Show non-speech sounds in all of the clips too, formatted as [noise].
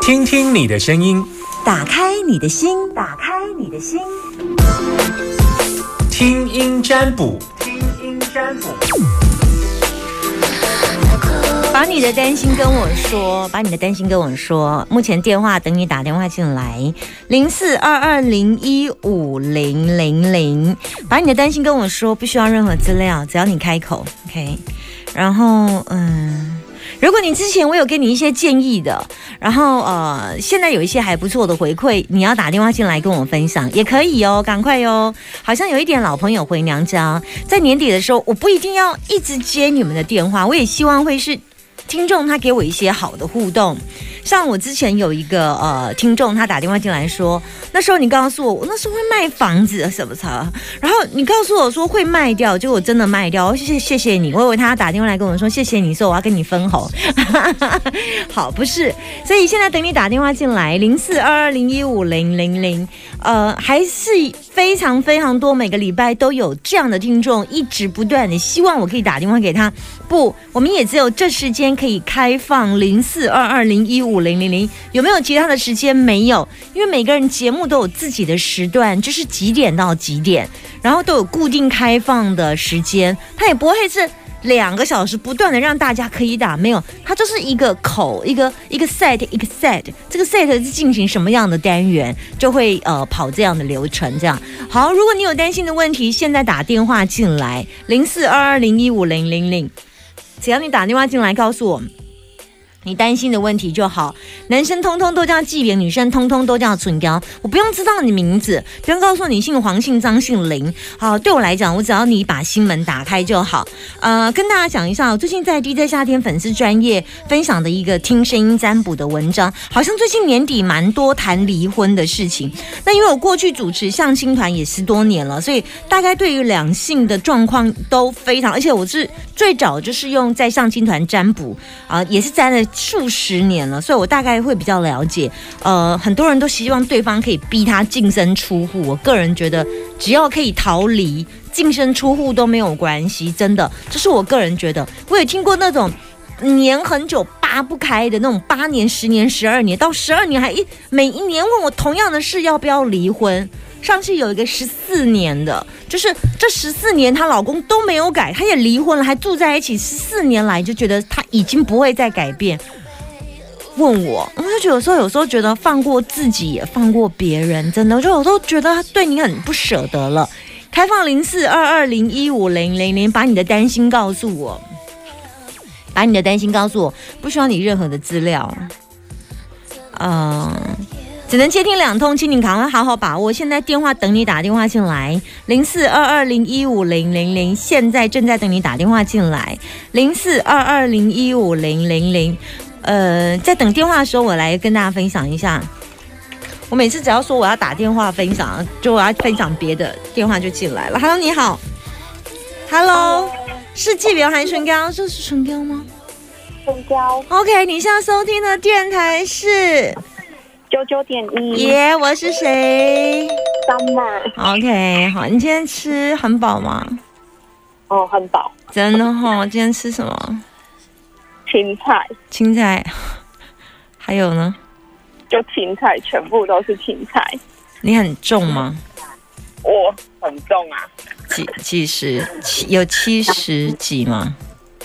听听你的声音，打开你的心，打开你的心，听音占卜，听音占卜。把你的担心跟我说，把你的担心跟我说。目前电话等你打电话进来，零四二二零一五零零零，把你的担心跟我说，不需要任何资料，只要你开口，OK。然后，嗯，如果你之前我有给你一些建议的，然后呃，现在有一些还不错的回馈，你要打电话进来跟我分享也可以哦，赶快哦。好像有一点老朋友回娘家，在年底的时候，我不一定要一直接你们的电话，我也希望会是。听众他给我一些好的互动，像我之前有一个呃听众，他打电话进来说，那时候你告诉我，我那时候会卖房子什么啥，然后你告诉我说会卖掉，结果真的卖掉，哦谢谢谢谢你，我以为他打电话来跟我说谢谢你，说我要跟你分红， [laughs] 好不是，所以现在等你打电话进来零四二二零一五零零零，呃，还是非常非常多，每个礼拜都有这样的听众一直不断的希望我可以打电话给他，不，我们也只有这时间可以开放零四二二零一五零零零，有没有其他的时间？没有，因为每个人节目都有自己的时段，就是几点到几点，然后都有固定开放的时间，它也不会是。两个小时不断的让大家可以打，没有，它就是一个口，一个一个 set，一个 set，这个 set 是进行什么样的单元，就会呃跑这样的流程，这样。好，如果你有担心的问题，现在打电话进来，零四二二零一五零零零，只要你打电话进来告诉我们你担心的问题就好。男生通通都叫纪元，女生通通都叫唇膏。我不用知道你名字，不用告诉你姓黄、姓张、姓林。好，对我来讲，我只要你把心门打开就好。呃，跟大家讲一下，我最近在 DJ 夏天粉丝专业分享的一个听声音占卜的文章，好像最近年底蛮多谈离婚的事情。那因为我过去主持相亲团也十多年了，所以大概对于两性的状况都非常，而且我是最早就是用在相亲团占卜啊、也是占了数十年了，所以我大概会比较了解。呃，很多人都希望对方可以逼他净身出户，我个人觉得只要可以逃离。净身出户都没有关系，真的，这是我个人觉得。我也听过那种年很久扒不开的那种，八年、十年、十二年，到十二年还一每一年问我同样的事要不要离婚。上次有一个十四年的，就是这十四年她老公都没有改，她也离婚了，还住在一起，十四年来就觉得她已经不会再改变。问我，我就觉得有时候有时候觉得放过自己也放过别人，真的，我就有时候觉得他对你很不舍得了。开放零四二二零一五零零零，把你的担心告诉我，把你的担心告诉我，不需要你任何的资料。嗯、只能接听两通，请你赶快好好把握。现在电话等你打电话进来，零四二二零一五零零零，现在正在等你打电话进来，零四二二零一五零零零。呃，在等电话的时候，我来跟大家分享一下。我每次只要说我要打电话分享，就我要分享别的电话就进来了。Hello，你好。Hello，是纪元还是唇膏？这是唇膏吗成交？OK，你现在收听的电台是九九点一耶我是谁，summer ？OK，好，你今天吃很饱吗？哦，很饱，真的哈、今天吃什么？芹菜青菜， [laughs] 还有呢？就芹菜，全部都是芹菜，你很重吗？我很重啊，几几十？七有七十几吗？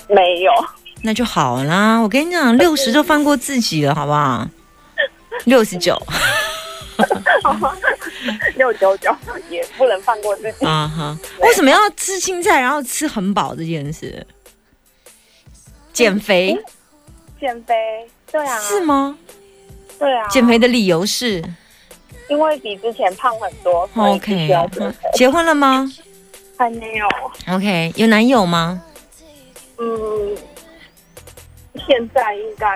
没有， [laughs] 那就好啦。我跟你讲，六十就放过自己了，好不好？六十九六九九也不能放过自己，啊哈，为什么要吃青菜，然后吃很饱这件事？减肥减肥，对啊，是吗？对啊，减肥的理由是因为比之前胖很多所以必哦 OK 嗯须要减肥。结婚了吗还没有， ？OK，有男友吗？嗯，现在应该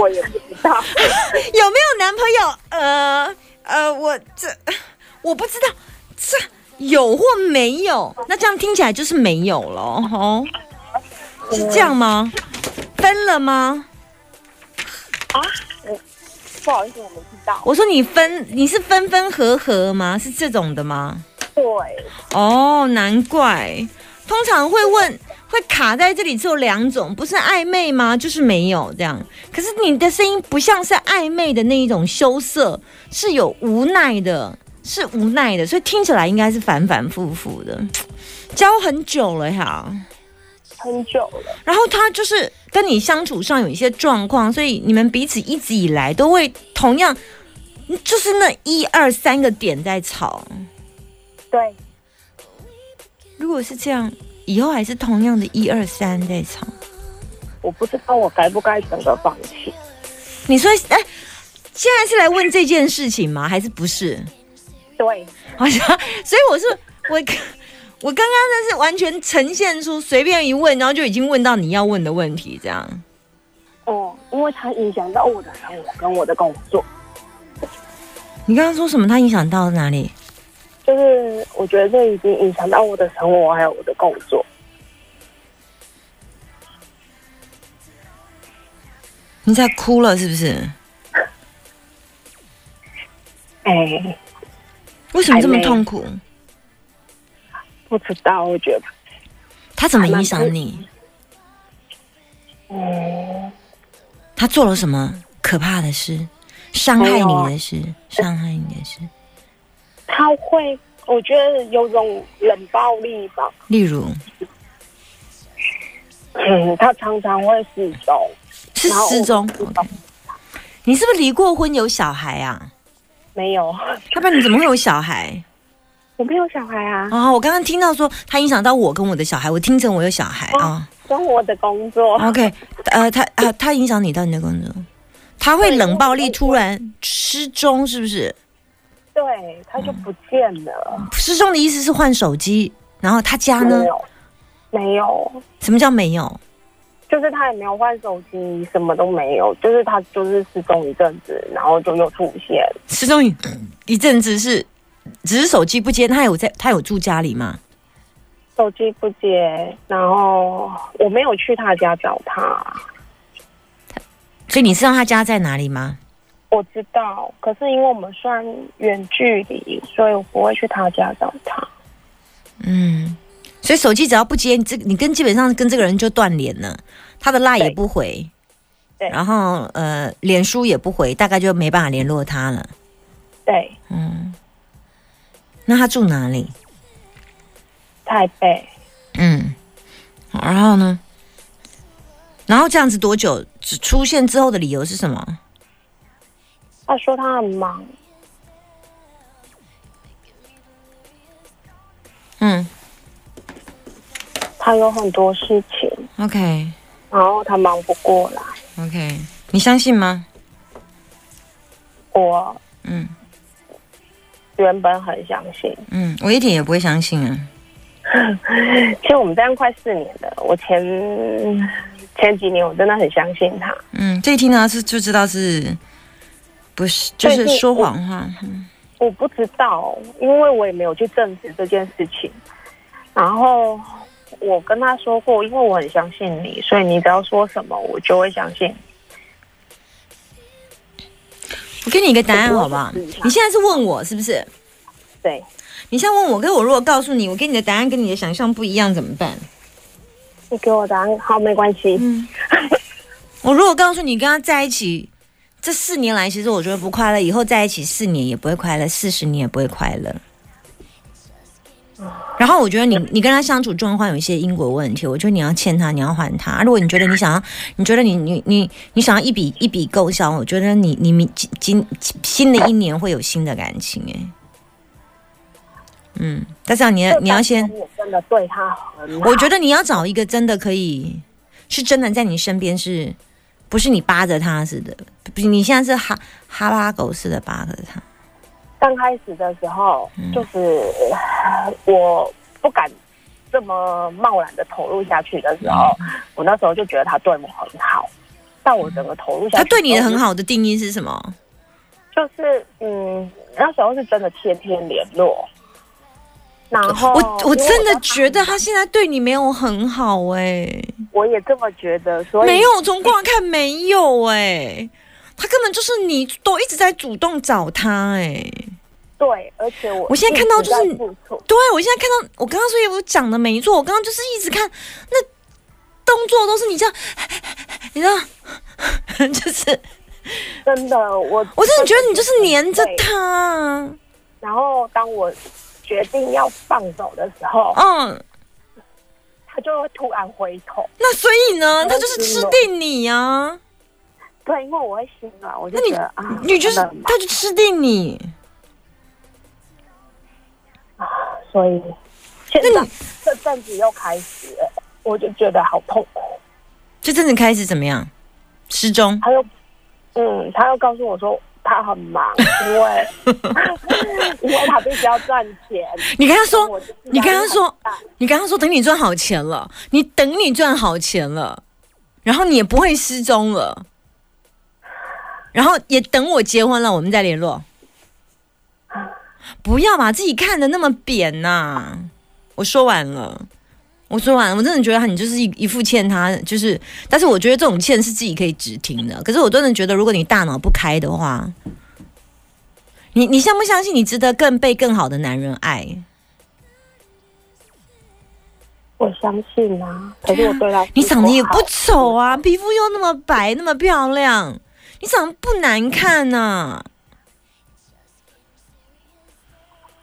我也不知道，啊有没有男朋友？呃呃，我这我不知道，这有或没有？那这样听起来就是没有了哦，是这样吗？分了吗？嗯不好意思，我不知道，我说你分，你是分分合合吗？是这种的吗？对，哦，难怪。通常会问，会卡在这里只有两种，不是暧昧吗？就是没有这样。可是你的声音不像是暧昧的那一种羞涩，是有无奈的，是无奈的，所以听起来应该是反反复复的，交很久了哈。很久了，然后他就是跟你相处上有一些状况，所以你们彼此一直以来都会同样，就是那一二三个点在吵。对，如果是这样，以后还是同样的一二三在吵。我不知道我该不该整个放弃，你说，哎，现在是来问这件事情吗？还是不是？对，好像，所以我是我，我刚刚那是完全呈现出随便一问，然后就已经问到你要问的问题，这样。哦、因为它影响到我的生活跟我的工作，你刚刚说什么？他影响到哪里？就是我觉得这已经影响到我的生活还有我的工作，你在哭了是不是？哎、为什么这么还没痛苦？不知道，我觉得，他怎么还蛮影响痛你？嗯，他做了什么可怕的事？伤害没有啊你的事？伤害你的事？他会，我觉得有种冷暴力吧，例如嗯，他常常会失踪，是然后我失踪不知道 OK 你是不是离过婚有小孩啊？没有， [laughs] 要不然你怎么会有小孩？我没有小孩啊，啊、我刚刚听到说他影响到我跟我的小孩，我听成我有小孩啊。跟我哦的工作， OK，呃，他啊，他影响你到你的工作，他会冷暴力，突然失踪，是不是？对，他就不见了，失踪的意思是换手机，然嗯后他家呢没？有，没有，什么叫没有？就是他也没有换手机，什么都没有，就是他就是失踪一阵子，然后就又出现。失踪一一阵子是，只是手机不接，他有在，他有住家里吗？手机不接，然后我没有去他家找他，所以你知道他家在哪里吗？我知道，可是因为我们算远距离，所以我不会去他家找他。嗯，所以手机只要不接，你这你跟基本上跟这个人就断联了，他的赖也对不回，对然后呃，脸书也不回，大概就没办法联络他了。对，嗯，那他住哪里？台北嗯，然后呢？然后这样子多久？只出现之后的理由是什么？他说他很忙，嗯他有很多事情， ，OK 然后他忙不过来。 OK，你相信吗？我嗯。原本很相信，嗯，我一点也不会相信啊。其实我们这样快四年了，我前前几年我真的很相信他。嗯，这一听呢是就知道是不是就对是对说我谎话。我不知道，因为我也没有去证实这件事情。然后我跟他说过，因为我很相信你，所以你只要说什么，我就会相信。我给你一个答案好不好？我不会是你现在是问我是不是？对，你现在问我，可是我如果告诉你，我给你的答案跟你的想象不一样怎么办？你给我答案，好，没关系。嗯，我如果告诉你跟他在一起这四年来，其实我觉得不快乐，以后在一起四年也不会快乐，四十年也不会快乐。然后我觉得你你跟他相处状况有一些因果问题，我觉得你要欠他，你要还他。啊如果你觉得你想要，你觉得你你你你想要一笔一笔勾销，我觉得你你明今今新的一年会有新的感情哎、嗯，但是啊，你要你要先，我真的对他很好，我觉得你要找一个真的可以，是真的在你身边是，不是你扒着他似的？不是，你现在是哈哈拉狗似的扒着他。刚开始的时候，就是呃我不敢这么贸然的投入下去的时候，我那时候就觉得他对我很好。但我整个投入下他去，对你的很，好的定义是什么？就是嗯，那时候是真的天天联络。然后我哦我因为真在的他觉得他现在对你没有很好哎、我也这么觉得，所以没有，从光看没欸有哎、他根本就是你都一直在主动找他哎、对，而且我我现在看到就是一直在付出，对，我现在看到，我刚刚所以我讲的没错，我刚刚就是一直看那动作都是你这样，你知道， [laughs] 就是真的我我真的觉得你就是黏着他，啊然后当我决定要放手的时候，嗯，他就会突然回头。那所以呢，他就是吃定你啊，对，因为我会心软，我就那你觉得啊，你就是真的很忙他就吃定你，所以现那在你这阵子又开始了，我就觉得好痛苦。就真的开始怎么样失踪？他又，嗯，他又告诉我说他很忙，因为 [laughs] 因为他必须要赚钱。你跟他说我就是，压力你跟他说很大，你跟他说，等你赚好钱了，你等你赚好钱了，然后你也不会失踪了，然后也等我结婚了，我们再联络。不要把自己看得那么扁呐、我说完了，我说完了，我真的觉得你就是一一副欠他，就是，但是我觉得这种欠是自己可以止听的。可是我真的觉得，如果你大脑不开的话，你你相不相信你值得更被更好的男人爱？我相信啊，可是我对他，你长得也不丑啊，皮肤又那么白，那么漂亮，你长得不难看啊呐、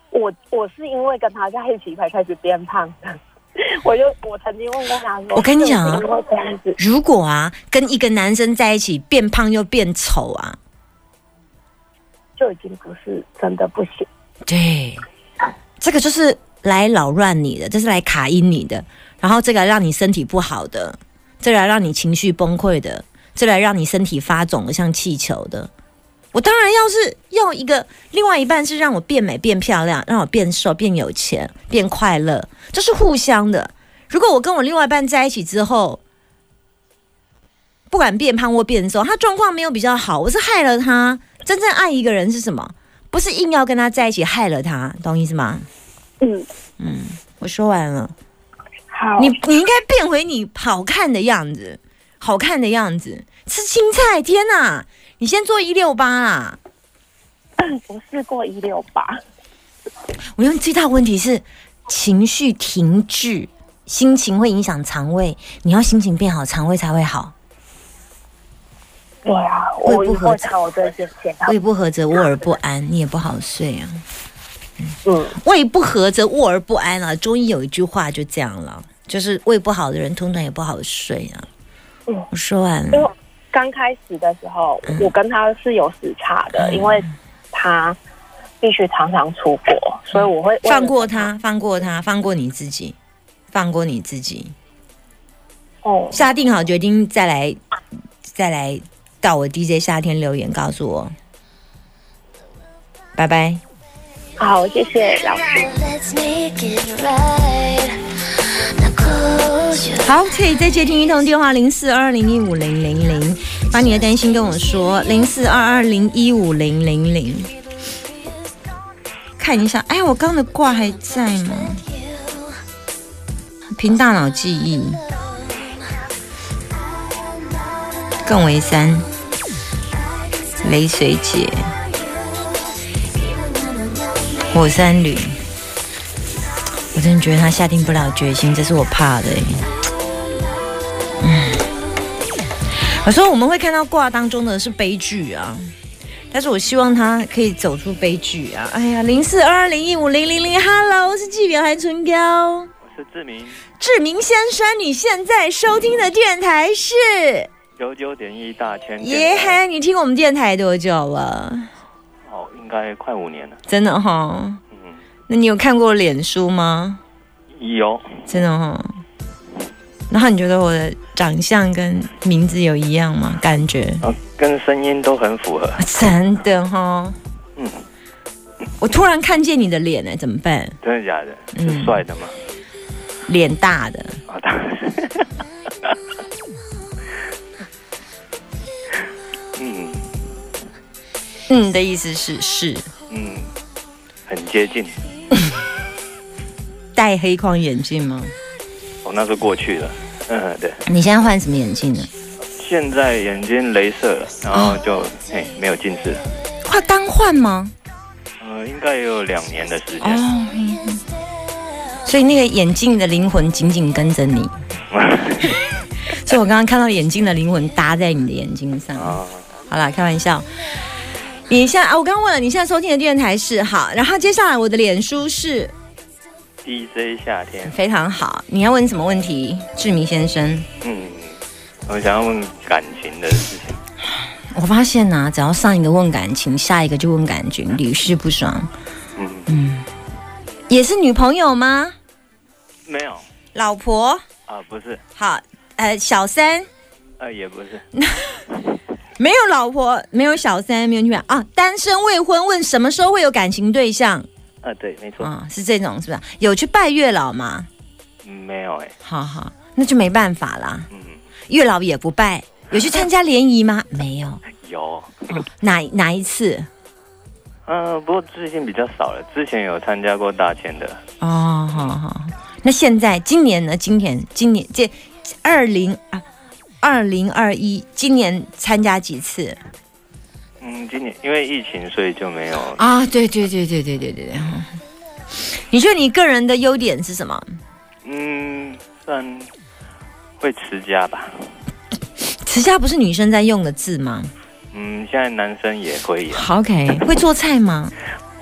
我我是因为跟他在一起才开始变胖的。 [laughs] 我就我曾经问过他说，我跟你讲啊是不是因为这样子，如果啊，跟一个男生在一起变胖又变丑啊，就已经不是真的不行。对，这个就是来扰乱你的，这是来卡阴你的，然后这个让你身体不好的，这来让你情绪崩溃的，这来让你身体发肿的像气球的。我当然要是要一个另外一半是让我变美、变漂亮，让我变瘦、变有钱、变快乐，这是互相的。如果我跟我另外一半在一起之后，不管变胖或变瘦，他状况没有比较好，我是害了他。真正爱一个人是什么？不是硬要跟他在一起害了他，懂意思吗？嗯，我说完了，好，你你应该变回你好看的样子，好看的样子，吃青菜，天哪！你先做一六八啦。我试过一六八，我用最大的问题是情绪停滞，心情会影响肠胃，你要心情变好，肠胃才会好。对啊，会不我一合会适查我这些钱，啊胃不合则卧而不安，你也不好睡啊。嗯，胃不合则卧而不安啊。中医有一句话就这样了，就是胃不好的人通常也不好睡啊。嗯我说完了因。为刚开始的时候，嗯我跟他是有时差的，因为他必须常常出国，所以我会放过。他，放过他，放过你自己，放过你自己，哦，下定好决心再来，再来到我 DJ 夏天留言告诉我。拜拜。好，谢谢老师。 Let's make it right. Now close your 好，可以再接听一通电话零四二零一五零零零，把你的担心跟我说零四二二零一五零零零，看一下，哎，我刚的挂还在吗？凭大脑记忆，更为三，雷水姐，火山旅，我真的觉得他下定不了决心，这是我怕的、欸。嗯有时候我们会看到卦当中的是悲剧啊，但是我希望他可以走出悲剧啊！哎呀，零四二二零一五零零零，Hello，是纪元还唇膏，我是志明，志明先生，你现在收听的电台是九九点一大千耶电台嘿，你听我们电台多久了？哦，应该快五年了。真的哈？嗯，那你有看过脸书吗？有真的哈？然后你觉得我的长相跟名字有一样吗？感觉？啊，跟声音都很符合。真的哈，嗯，我突然看见你的脸呢、欸怎么办？真的假的？嗯是帅的吗？脸大的，啊，当然 [laughs] 是。嗯嗯的意思是是嗯，很接近。戴黑框眼镜吗？哦，那是过去了。嗯，对，你现在换什么眼镜呢？现在眼哦睛镭射了，然后就嘿没有近视了。换刚换吗？嗯、呃，应该也有两年的时间。哦，所以那个眼镜的灵魂紧紧跟着 [laughs] 你，所以我刚刚看到眼镜的灵魂搭在你的眼睛上。啊，好啦，开玩笑。你现在啊，我刚刚问了，你现在收听的电台是好，然后接下来我的脸书是 DJ 夏天，非常好。你要问什么问题，志明先生？嗯，我想要问感情的事情。我发现呢、只要上一个问感情，下一个就问感情，屡试不爽。嗯，也是女朋友吗？没有老婆？啊，不是，好，呃，小三啊，也不是，没有老婆，没有小三，没有女友啊，单身未婚，问什么时候会有感情对象啊，对，没错，啊？是这种是吧？有去拜月老吗？嗯没有哎，好好，那就没办法啦。嗯，月老也不拜，有去参加联谊吗？没有。有，哦、哪哪一次？呃，不过最近比较少了，之前有参加过大千的，哦，好好。那现在今年呢？今年今年这二零啊，二零二一，今年参加几次嗯，今年因为疫情，所以就没有，啊？对对对对对对对对。嗯你觉得你个人的优点是什么？嗯，算会持家吧，持家不是女生在用的字吗嗯，现在男生也会也好？OK，会做菜吗？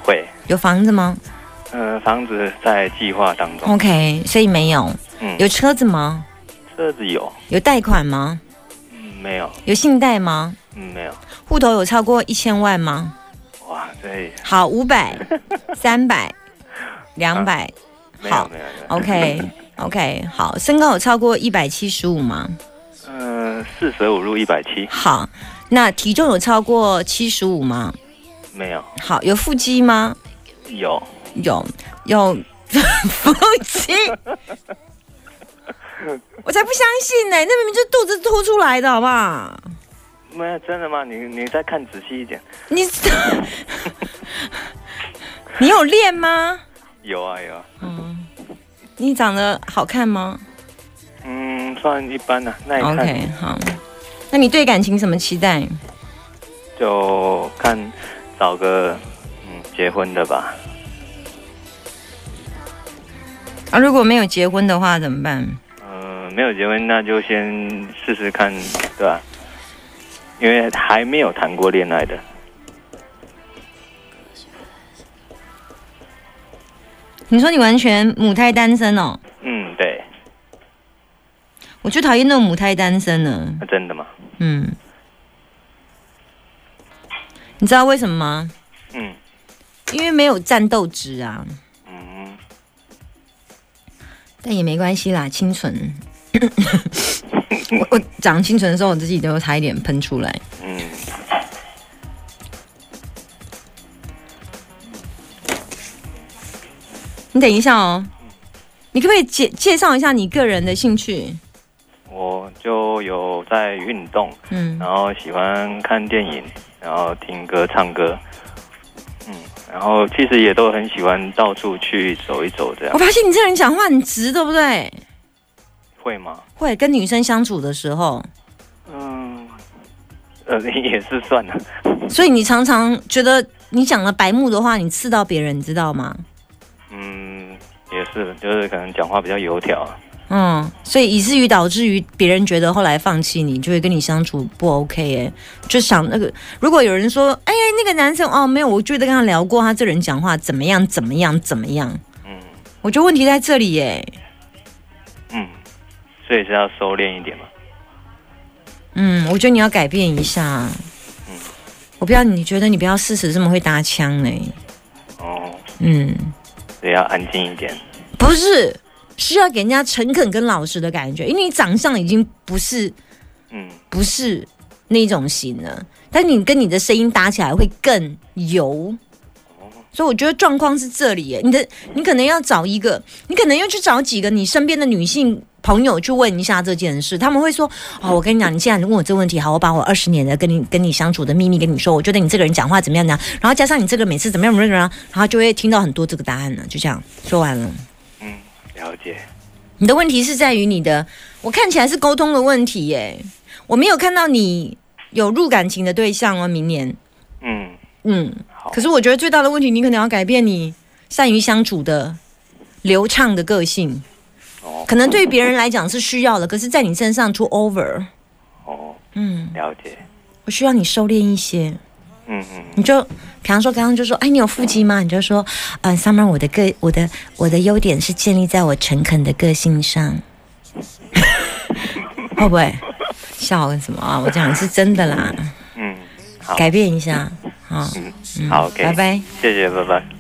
会，有房子吗嗯，房子在计划当中， ？OK，所以没有。嗯，有车子吗？车子有，有贷款吗？嗯，没有，有信贷吗？嗯，没有，户头有超过一千万吗？哇，对，好，五百、三百、两百，没好有没有没有， ，OK OK，好，身高有超过一百七十五吗？嗯，四舍五入一百七，好，那体重有超过七十五吗？没有，好，有腹肌吗？有，有，有 [laughs] 腹肌。我才不相信呢、那明明就是肚子凸出来的，好不好？没有，真的吗？你你再看仔细一点，你 [laughs] 你有练吗？有啊有啊，嗯，你长得好看吗？嗯，算一般啊，那一看。 OK，好。那你对感情什么期待？就看找个嗯结婚的吧。啊，如果没有结婚的话怎么办？嗯、没有结婚那就先试试看，对吧、因为还没有谈过恋爱的，你说你完全母胎单身哦，嗯，对，我就讨厌那种母胎单身呢。那真的吗？嗯，你知道为什么吗？嗯因为没有战斗值啊，嗯，但也没关系啦，清纯。 [laughs] 我我讲清纯的时候，我自己都差一点喷出来。嗯，你等一下哦，你可不可以介介绍一下你个人的兴趣？我就有在运动，嗯，然后喜欢看电影，然后听歌、唱歌，嗯，然后其实也都很喜欢到处去走一走，这样我发现你这个人讲话很直，对不对？会吗？会跟女生相处的时候，嗯，呃， [laughs] 也是算了。所以你常常觉得你讲了白目的话，你刺到别人，你知道吗？嗯，也是，就是可能讲话比较油条啊。嗯，所以以至于导致于别人觉得后来放弃你，就会跟你相处不 OK 哎、就想那个，如果有人说，哎、那个男生哦，没有，我觉得跟他聊过，他这人讲话怎么样，怎么样，怎么样，嗯我觉得问题在这里耶、嗯，所以是要收敛一点嘛。嗯，我觉得你要改变一下嗯，我不要你觉得你不要事实这么会搭腔哎、哦，嗯。所以要安静一点。不是，是要给人家诚恳跟老实的感觉，因为你长相已经不是嗯不是那种型了，但你跟你的声音搭起来会更油。所以我觉得状况是这里耶，你的你可能要找一个，你可能要去找几个你身边的女性朋友去问一下这件事，他们会说哦，我跟你讲，你既然问我这个问题，好，我把我二十年的跟你跟你相处的秘密跟你说，我觉得你这个人讲话怎么样呢？然后加上你这个每次怎么样怎么样，然后就会听到很多这个答案了，就这样说完了。嗯，了解。你的问题是在于你的，我看起来是沟通的问题耶，我没有看到你有入感情的对象哦，明年，嗯，嗯，好可。是我觉得最大的问题，你可能要改变你善于相处的流畅的个性。哦可能对别人来讲是需要的，可是在你身上 too over。哦，嗯，了解。我需要你收敛一些。嗯嗯你就比方说，刚刚就说，哎，你有腹肌吗？你就说，呃，Summer，我的个我的我的优点是建立在我诚恳的个性 [laughs] 上，会不会笑什么啊？我讲的是真的啦，嗯，好，改变一下啊。嗯，好，OK，拜拜，谢谢，拜拜。